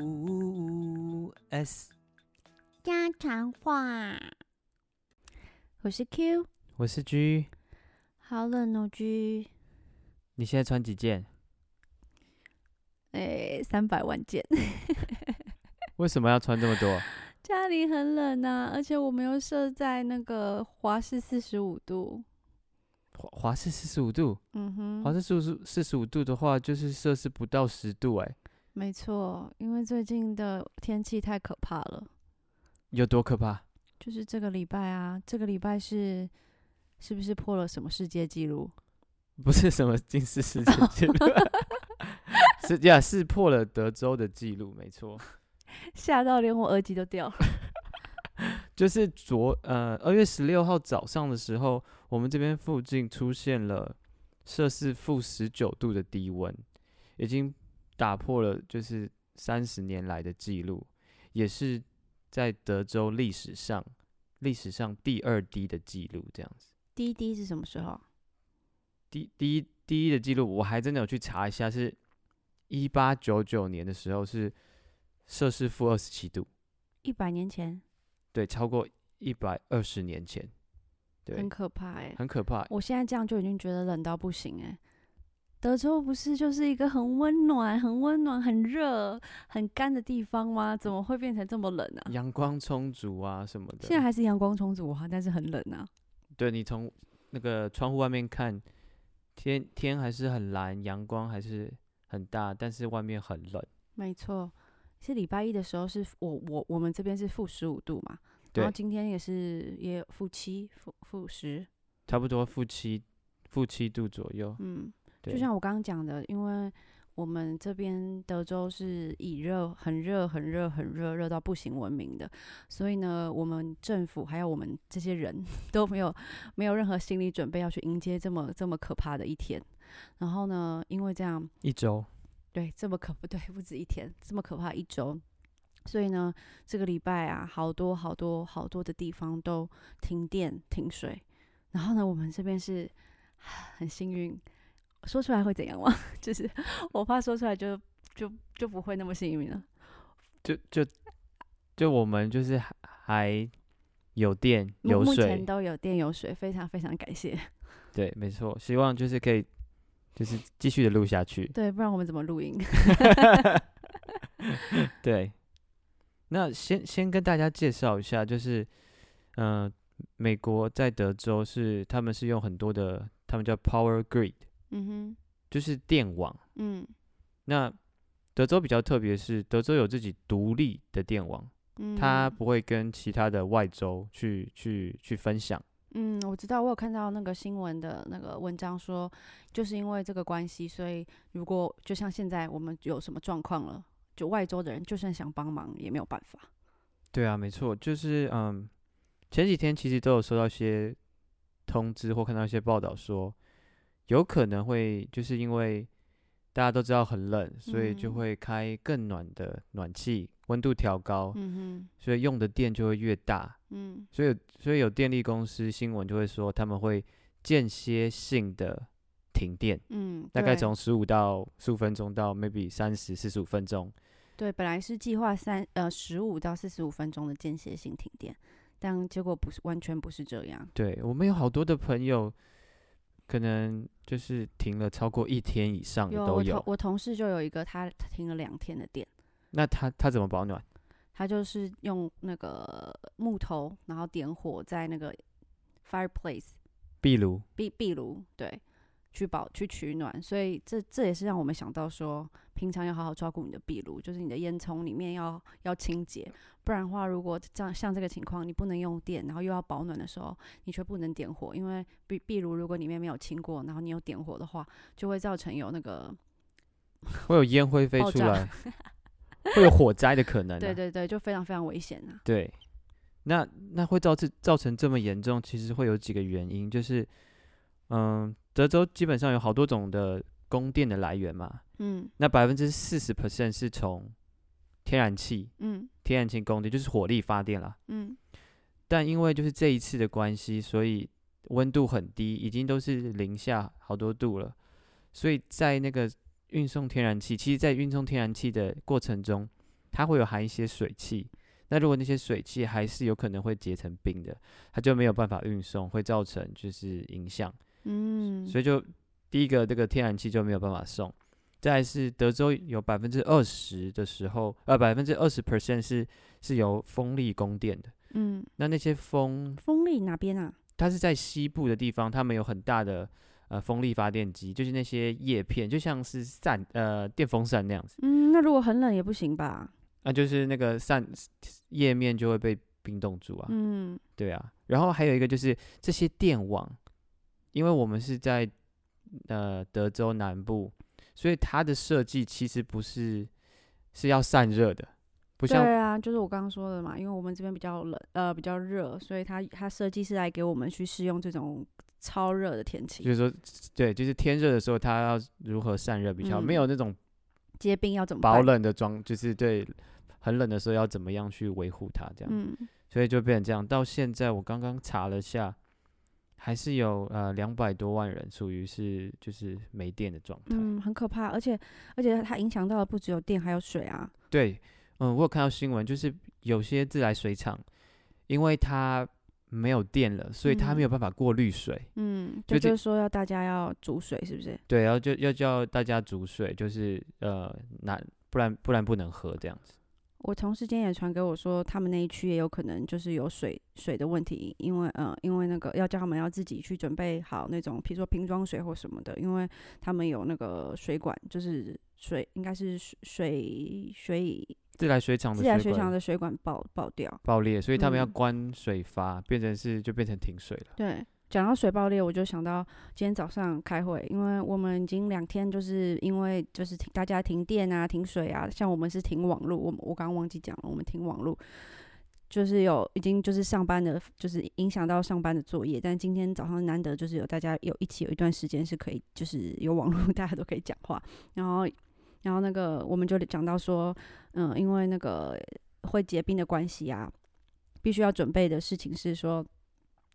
U S，家常话。我是 Q，我是 G，好冷哦，G。你现在穿几件？哎，三百万件， 为什么要穿这么 多？家里很冷呐、而且我们又设在那个华氏四十五度。华华氏四十五度，嗯华氏哼，四十四十五度的话，就是摄氏不到十度、哎，没错，因为最近的天气太可怕了。有多可 怕？就是这个礼拜啊，这个礼拜是是不是破了什么世界纪录？ 不是什么近似世界 纪录，是呀，是破了德州的记录，没错。吓到连我耳机都掉了。就是昨呃二月十六号早上的时候，我们这边附近出现了摄氏负十九度的低温，已经打破了就是三十年来的记录，也是在德州历史上历史上第二低的记录。这样子，滴滴是什么时候？第第一第一的记录，我还真的有去查一下，是一八九九年的时候是摄氏负二十七度，一百年前，对，超过一百二十年前，对很，可怕哎、很可怕。我现在这样就已经觉得冷到不行哎、德州不是就是一个很温暖、很温暖、很热、很干的地方吗？怎么会变成这么冷啊？阳光充足啊什么的。现在还是阳光充足啊，但是很冷啊。对你从那个窗户外面看，天天还是很蓝，阳光还是很大，但是外面很冷。没错，是礼拜一的时候是我我我们这边是负十五度嘛，然对，后今天也是也有负七、负负十，差不多负七负七度左右。嗯，对，就像我刚刚讲的，因为我们这边德州是以热、很热、很热、很热，热到不行闻名的，所以呢，我们政府还有我们这些人 都没有没有任何心理准备要去迎接这么这么可怕的一天。然后呢，因为这样，一周对，这么可不 对，不止一天，这么可怕一周。所以呢，这个礼拜啊，好多好多好多的地方都停电停水。然后呢，我们这边是 很幸运，说出来会怎样吗？ 就是我怕说出来就就就不会那么幸运了。就就就我们就是还还有电目有目前水，都有电有水，非常非常感谢。 对，没错。希望就是可以就是继续的录下去。对，不然我们怎么录音？ 对，那先先跟大家介绍一下，就是，嗯、美国在德州是他们是用很多的，他们叫 power grid，嗯就是电网。哼，嗯那德州比较特别是，德州有自己独立的电网，嗯，它不会跟其他的外州去去去分享。嗯，我知道，我有看到那个新闻的那个文章说，就是因为这个关系，所以如果就像现在我们有什么状况了，就外州的人就算想帮忙也没有办法。对啊，没错，就是嗯，前几天其实都有收到一些通知或看到一些报道说，有可能会就是因为大家都知道很冷，所以就嗯会开更暖的暖气，温度调高，嗯所以用的电就会越大，哼，嗯所以所以有电力公司新闻就会说他们会间歇性的停电。嗯，大概对从十五到十五分钟到 maybe 三十四十五分钟，对，本来是计划三呃十五到四十五分钟的间歇性停电，但结果不是完全不是这样。对我们有好多的朋友，可能就是停了超过一天以上的有都我有同。我同事就有一个，他他停了两天的电，那他他怎么保暖？他就是用那个木头，然后点火在那个 fireplace。壁炉，壁壁炉，对，去保去取暖，所以这这也是让我们想到说，平常要好好照顾你的壁炉，就是你的烟囱里面要要清洁，不然的话，如果这样像这个情况，你不能用电，然后又要保暖的时候，你却不能点火，因为壁壁炉如果里面没有清过，然后你有点火的话，就会造成有那个，会有烟灰飞爆出炸来， 会有火灾的可能、啊。对对对，就非常非常危险啊呐、对，那那会造成造成这么严重，其实会有几个原因，就是嗯，德州基本上有好多种的供电的来源嘛，嗯那百分之四十 percent 是从天然气，嗯天然气供电就是火力发电啦。嗯但因为就是这一次的关系，所以温度很低，已经都是零下好多度了，所以在那个运送天然气，其实，在运送天然气的过程中，它会有含一些水汽。那如果那些水汽还是有可能会结成冰的，它就没有办法运送，会造成就是影响。嗯，所以就第一个这个天然气就没有办法送。再来是德州有百分之二十的时候，呃，百分之二十 percent 是是由风力供电的。嗯，那那些风，风力哪边啊？它是在西部的地方，他们有很大的呃风力发电机，就是那些叶片，就像是扇呃电风扇那样子，嗯，那如果很冷也不行吧？那、就是那个扇叶面就会被冰冻住啊。嗯对啊，然后还有一个就是这些电网，因为我们是在呃德州南部，所以它的设计其实不是是要散热的，不像对啊，就是我刚刚说的嘛，因为我们这边比较冷，呃，比较热，所以它它设计是来给我们去适用这种超热的天就气，是说对，就是天热的时候它要如何散热比较好，没嗯有那种结冰要怎么保办？冷的装，就是对很冷的时候要怎么样去维护它这样，嗯，所以就变成这样。到现在我刚刚查了下。还是有呃两百多万人属于是就是没电的状态，嗯，很可怕，而且而且它影响到的不只有电，还有水啊。对，嗯，我有看到新闻，就是有些自来水厂，因为它没有电了，所以它没有办法过滤水，嗯，就就这就是说要大家要煮水，是不是？对，然后就要叫大家煮水，就是呃，那不然不然不能喝这样子。我同事今天也传给我说，他们那一区也有可能就是有水水的问题，因为呃，因为那个要叫他们要自己去准备好那种，比如说瓶装水或什么的，因为他们有那个水管，就是水应该是水水水自来水厂的自来水管厂的水管爆爆掉。爆裂，所以他们要嗯关水阀，变成是就变成停水了。对，讲到水爆裂，我就想到今天早上开会，因为我们已经两天就是因为就是停大家停电啊、停水啊，像我们是停网络，我们我刚刚忘记讲了，我们停网络。就是有已经就是上班的，就是影响到上班的作业，但今天早上难得就是有大家有一起有一段时间是可以就是有网络， 大家都可以讲话，然后然后那个我们就讲到说，嗯，因为那个会结冰的关系啊，必须要准备的事情是说，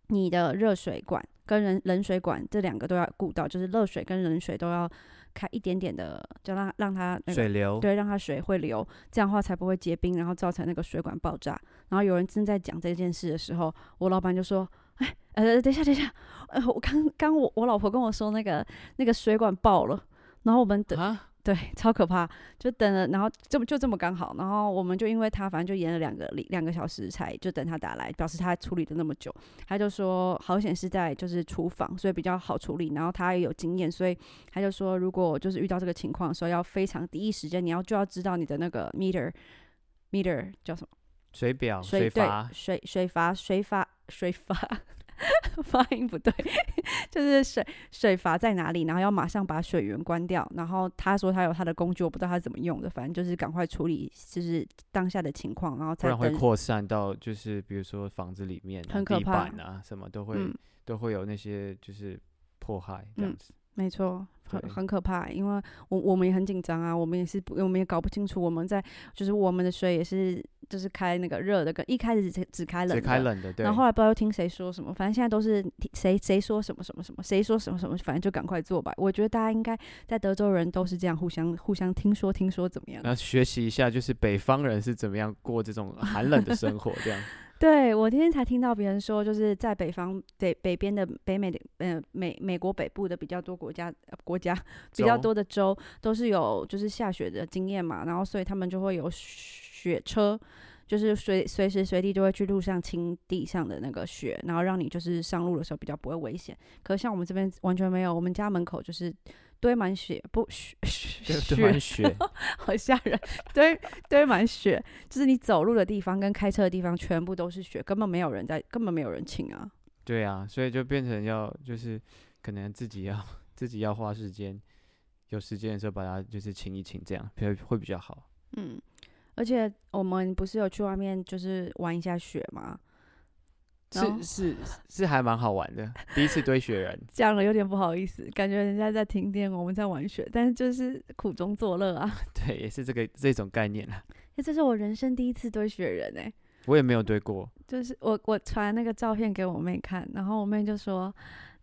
你的热水管跟冷冷水管这两个都要顾到，就是热水跟冷水都要开一点点的，就让让它那个水流，对，让它水会流，这样的话才不会结冰，然后造成那个水管爆炸。然后有人正在讲这件事的时候，我老板就说：“哎，呃，等一下，等一下，呃，我刚刚我我老婆跟我说那个那个水管爆了。”然后我们等啊，对，超可怕，就等了，然后这么就这么刚好，然后我们就因为他反正就延了两个礼两个小时才就等他打来，表示他处理的那么久，他就说好险是在就是厨房，所以比较好处理，然后他也有经验，所以他就说如果就是遇到这个情况的时候，要非常第一时间你要就要知道你的那个 meter meter 叫什么水表、水对阀，水水阀水阀 水阀。发音不对， 就是水水阀在哪里，然后要马上把水源关掉。然后他说他有他的工具，我不知道他怎么用的，反正就是赶快处理，就是当下的情况，然后不才然会等。扩散到就是比如说房子里面、啊、很可地怕板啊什么都会、嗯，都会有那些就是迫害这样嗯子。没错，很对很可怕，因为我我们也很紧张啊，我们也是不，我们也搞不清楚，我们在就是我们的水也是就是开那个热的，跟一开始只只开冷只的，开冷的，对。然后后来不知道又听谁说什么，反正现在都是听谁谁说什么什么什么，谁说什么什么，反正就赶快做吧。我觉得大家应该在德州人都是这样互相互相听说听说怎么样。然后学习一下，就是北方人是怎么样过这种寒冷的生活，这样对我今天才听到别人说，就是在北方北北边的北美的呃美美国北部的比较多国家、呃国家比较州多的州都是有就是下雪的经验嘛，然后所以他们就会有雪车。就是随随时随地就会去路上清地上的那个雪，然后让你就是上路的时候比较不会危险。可是像我们这边完全没有，我们家门口就是堆满雪，不雪 雪就雪蛮雪，好吓人，堆堆满雪，就是你走路的地方跟开车的地方全部都是雪，根本没有人在，根本没有人请啊。对啊，所以就变成要就是可能自己要自己要花时间，有时间的时候把它就是清一清，这样比较会比较好。嗯，而且我们不是有去外面就是玩一下雪吗？然后是是是还蛮好玩的，第一次堆雪 人， 讲了有点不好意思，感觉人家在停电，我们在玩雪，但是就是苦中作 乐啊。对，也是这个这种概念啦。哎，这是我人生第一次堆雪人哎、我也没有堆过，就是我我传那个照片给我 妹看，然后我妹就说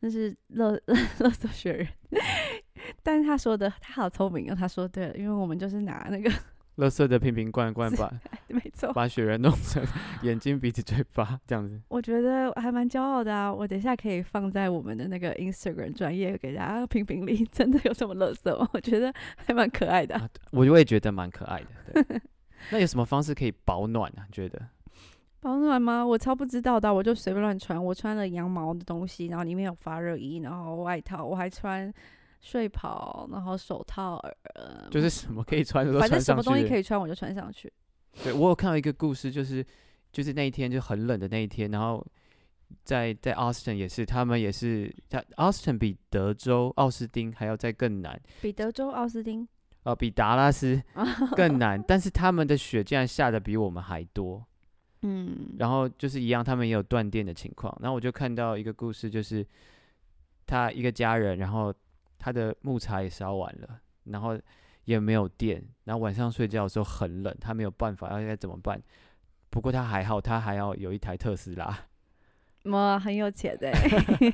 那是乐乐色雪人， 但是他说的，他好聪明啊！他说对了，因为我们就是拿那个， 垃圾的瓶瓶罐罐把没错，把雪人弄成眼睛、鼻子、嘴巴这样子。我觉得还蛮骄傲的啊！我等一下可以放在我们的那个 Instagram 专业给大家评评理， 真的有什么垃圾吗？我 觉得还蛮可爱的啊、啊 我我也觉得蛮可爱的。 对那有什么方式可以保暖啊？你觉得保暖吗？我超不知道的啊，我就随便乱穿。我穿了羊毛的东西，然后里面有发热衣，然后外套，我还穿睡袍，然后手套，呃，就是什么可以穿的都反正穿什上么去东西可的。以穿我就穿上去。对我有看到一个故事，就是就是那一天就很冷的那一天，然后在在 Austin 也是，他们也是，他 Austin 比德州奥斯汀还要再更难，比德州奥斯 汀呃，比达拉斯啊，更难，但是他们的雪竟然下的比我们还多。嗯，然后就是一样，他们也有断电的情况。然后我就看到一个故事，就是他一个家人，然后他的木材也烧完了，然后也没有电，然后晚上睡觉的时候很冷，他没有办法，要该怎么办？不过他还好，他还要有一台特斯拉， 哇，很有钱的欸，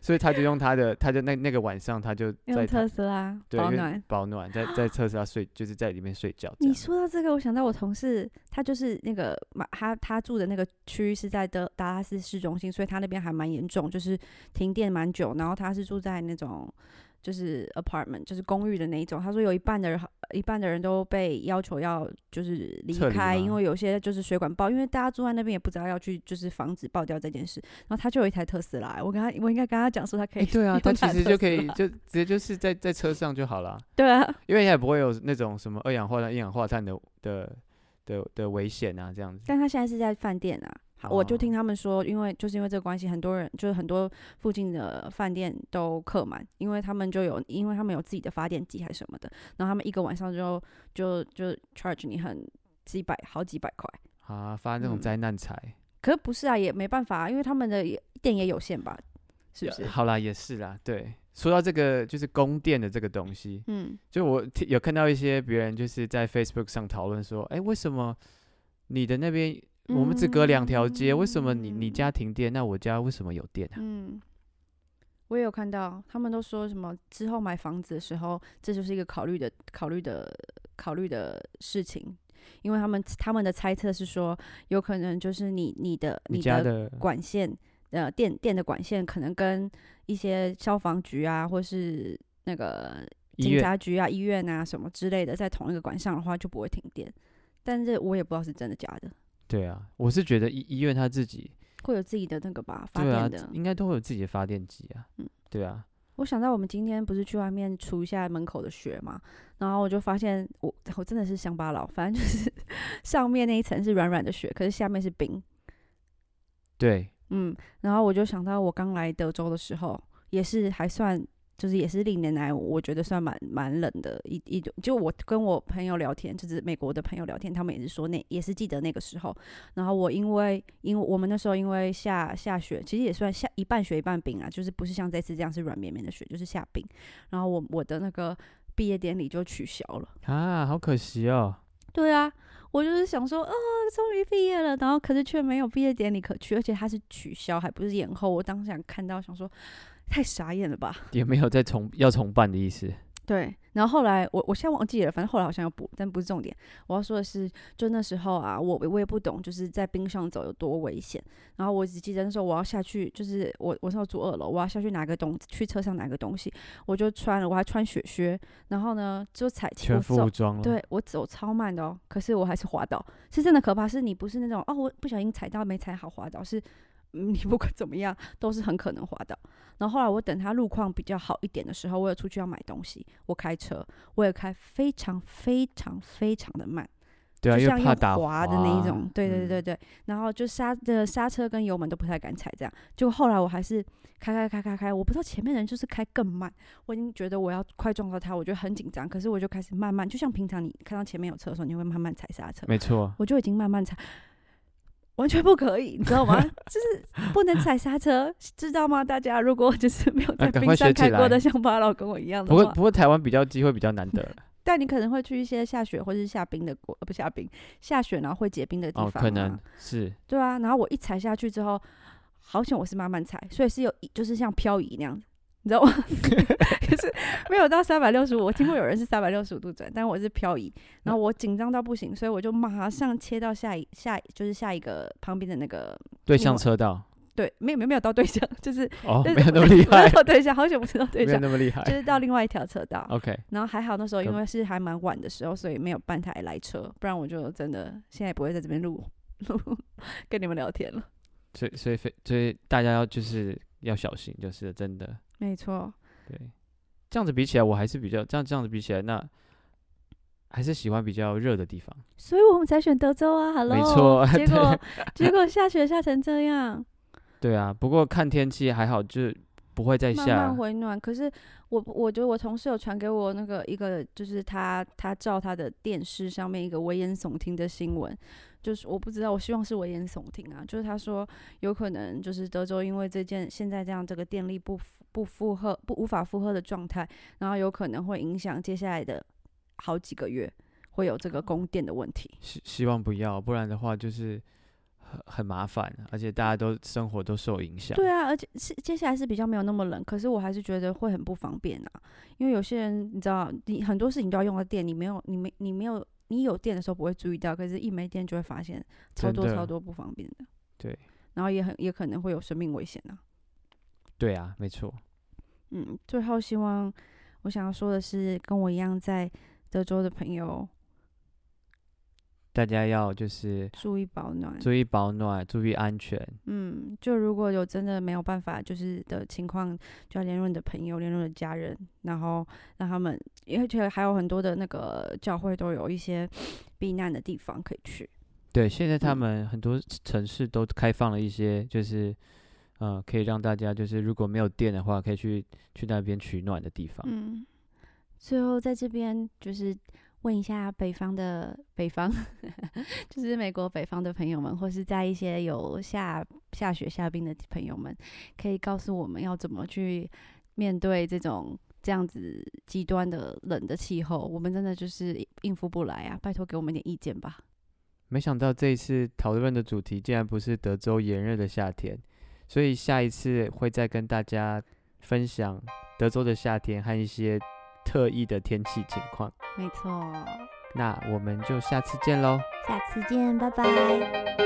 所以他就用他的，他就那那个晚上他就在用他特斯拉对保因为暖。保暖，在在特斯拉睡，就是在里面睡觉这你样。说到这个，我想到我同事，他就是那个马，他他住的那个区域是在德达拉斯市中心，所以他那边还蛮严重，就是停电蛮久。然后他是住在那种就是 apartment，就是公寓的那一种。他说有一半的人，一半的人都被要求要就是离撤离开，吗因为有些就是水管爆，因为大家住在那边也不知道要去就是防止爆掉这件事。然后他就有一台特斯拉，我跟他我应该跟他讲说他可以哎， 用对啊，他的特斯其实拉，就可以就直接就是在在车上就好了。对啊，因为也不会有那种什么二氧化碳、一氧化碳的的的的危险啊，这样子。但他现在是在饭店啊。好，我就哦听他们说，因为就是因为这个关系，很多人就是很多附近的饭店都客满，因为他们就有，因为他们有自己的发电机还是什么的，然后他们一个晚上就就就 charge 你很几百好几百块，啊，发那种嗯灾难财，可是不是啊，也没办法、啊，因为他们的也电也有限吧，是不是？好啦，也是啦，对。说到这个，就是供电的这个东西，嗯，就我听有看到一些别人就是在 Facebook 上讨论说，哎、为什么你的那边我们只隔两条街，为什么你你家停电，那我家为什么有电啊？嗯，我也有看到，他们都说什么之后买房子的时候，这就是一个考虑的、考虑的、考虑的事情，因为他们他们的猜测是说，有可能就是你你的你家的的管线，呃，电电的管线可能跟一些消防局啊，或是那个医警院察局啊、医院啊什么之类的，在同一个管上的话就不会停电，但是我也不知道是真的假的，对啊，我是觉得医医院他自己会有自己的那个吧发对啊电的，，应该都会有自己的发电机啊，嗯对啊，我想到我们今天不是去外面除一下门口的雪嘛，然后我就发现我 我真的是乡巴佬，反正就是 上面那一层是软软的雪，可是下面是冰，对，嗯，然后我就想到我刚来德州的时候，也是还算就是也是历年来我觉得算蛮蛮冷的一一种，就我跟我朋友聊天，就是美国的朋友聊天，他们也是说那也是记得那个时候，然后我因为因为我们那时候因为下下雪，其实也算下一半雪一半冰啊，就是不是像这次这样是软绵绵的雪，就是下冰，然后我我的那个毕业典礼就取消了。啊，好可惜哦。对啊，我就是想说，啊、终于毕业了，然后可是却没有毕业典礼可去，而且它是取消，还不是延后。我当时想看到，想说太傻眼了吧？也没有再重要重办的意思。对。然后后来我我现在忘记了，反正后来好像有补，但不是重点。我要说的是，就那时候啊，我我也不懂，就是在冰上走有多危险。然后我只记得那时候我要下去，就是我我是要住二楼，我要下去拿个东去车上拿个东西，我就穿了，我还穿雪靴，然后呢就踩全我副走武装了。，对我走超慢的哦，可是我还是滑倒，是真的可怕。是你不是那种哦，我不小心踩到没踩好滑倒，是嗯你不管怎么样都是很可能滑倒。然后后来我等他路况比较好一点的时候，我有出去要买东西，我开车，我也开非常非常非常的慢，啊，就因像为怕打用滑的那一种滑，对对对对嗯对。然后就刹的刹车跟油门都不太敢踩，这样。就后来我还是开开开开开，我不知道前面人就是开更慢，我已经觉得我要快撞到他，我就很紧张。可是我就开始慢慢，就像平常你看到前面有车的时候，你会慢慢踩刹车，没错，我就已经慢慢踩。完全不可以，你知道吗？ 就是不能踩刹车，知道吗？大家如果就是没有在啊赶冰快上学起开过的来乡巴佬跟我一样的不话，过不过台湾比较机会比较 难得但你可能会去一些下雪或是下冰的国，呃，不下冰，下雪然后会结冰的地方、啊哦，可能是 对啊，然后我一踩下去之后， 好险我是慢慢踩，所以是有一就是像漂移那样子，你知道吗？可是没有到三百六十五。我听过有人是三百六十五度转，但我是漂移，然后我紧张到不行，所以我就马上切到下一下就是下一个旁边的那个对另向外车道 对，没有没有没有到对象，就是哦，但没有是那么厉没有害，到对象，好久不是到 对没有象，那么哦厉 就害。是到另外一条车道。 OK，然后还好那时候因可为是还蛮晚的时候，所以没有半台来车，不然我就真的现在也不会在这边录录跟你们聊天了。所以所以非所以大家要就是要小心，就是真的没错，对。这样子比起来，我还是比较这样这样子比起来，那还是喜欢比较热的地方。所以我们才选德州啊，Hello，没错结果结果下雪下成这样，对啊，不过看天气还好，就是不会再下。慢慢回暖。可是我我觉得我同事有传给我那个一个，就是他他照他的电视上面一个危言耸听的新闻，就是我不知道，我希望是危言耸听啊。就是他说有可能就是德州因为这件现在这样这个电力不负不负荷不无法负荷的状态，然后有可能会影响接下来的好几个月会有这个供电的问题。希希望不要，不然的话就是很很麻烦，而且大家都生活都受影响。对啊，而且是接下来是比较没有那么冷，可是我还是觉得会很不方便啊，因为有些人你知道，你很多事情都要用到电，你没有，你没，你没有，你有电的时候不会注意到，可是一没电就会发现超真多的超多不方便的。对，然后也很也可能会有生命危险啊。对啊，没错。嗯，最后希望我想要说的是，跟我一样在德州的朋友大家要就是注意保暖。注意保暖，注意安全。嗯，就如果有真的没有办法，就是的情况，就要联络你的朋友，联络你的家人，然后让他们，而且还有很多的那个教会都有一些 避难的地方可以去。对，现在他嗯们很多城市都开放了一些，就是呃，可以让大家就是如果没有电的话，可以去去那边取暖的地方。嗯，最后在这边就是问一下北方的北方， 就是美国北方的朋友们，或是在一些有下下雪下冰的朋友们，可以告诉我们要怎么去面对这种这样子极端的冷的气候，我们真的就是应付不来啊！拜托给我们点意见吧。没想到这一次讨论的主题竟然不是德州炎热的夏天，所以下一次会再跟大家分享德州的夏天和一些特异的天气情况。没错，那我们就下次见喽。下次见，拜拜。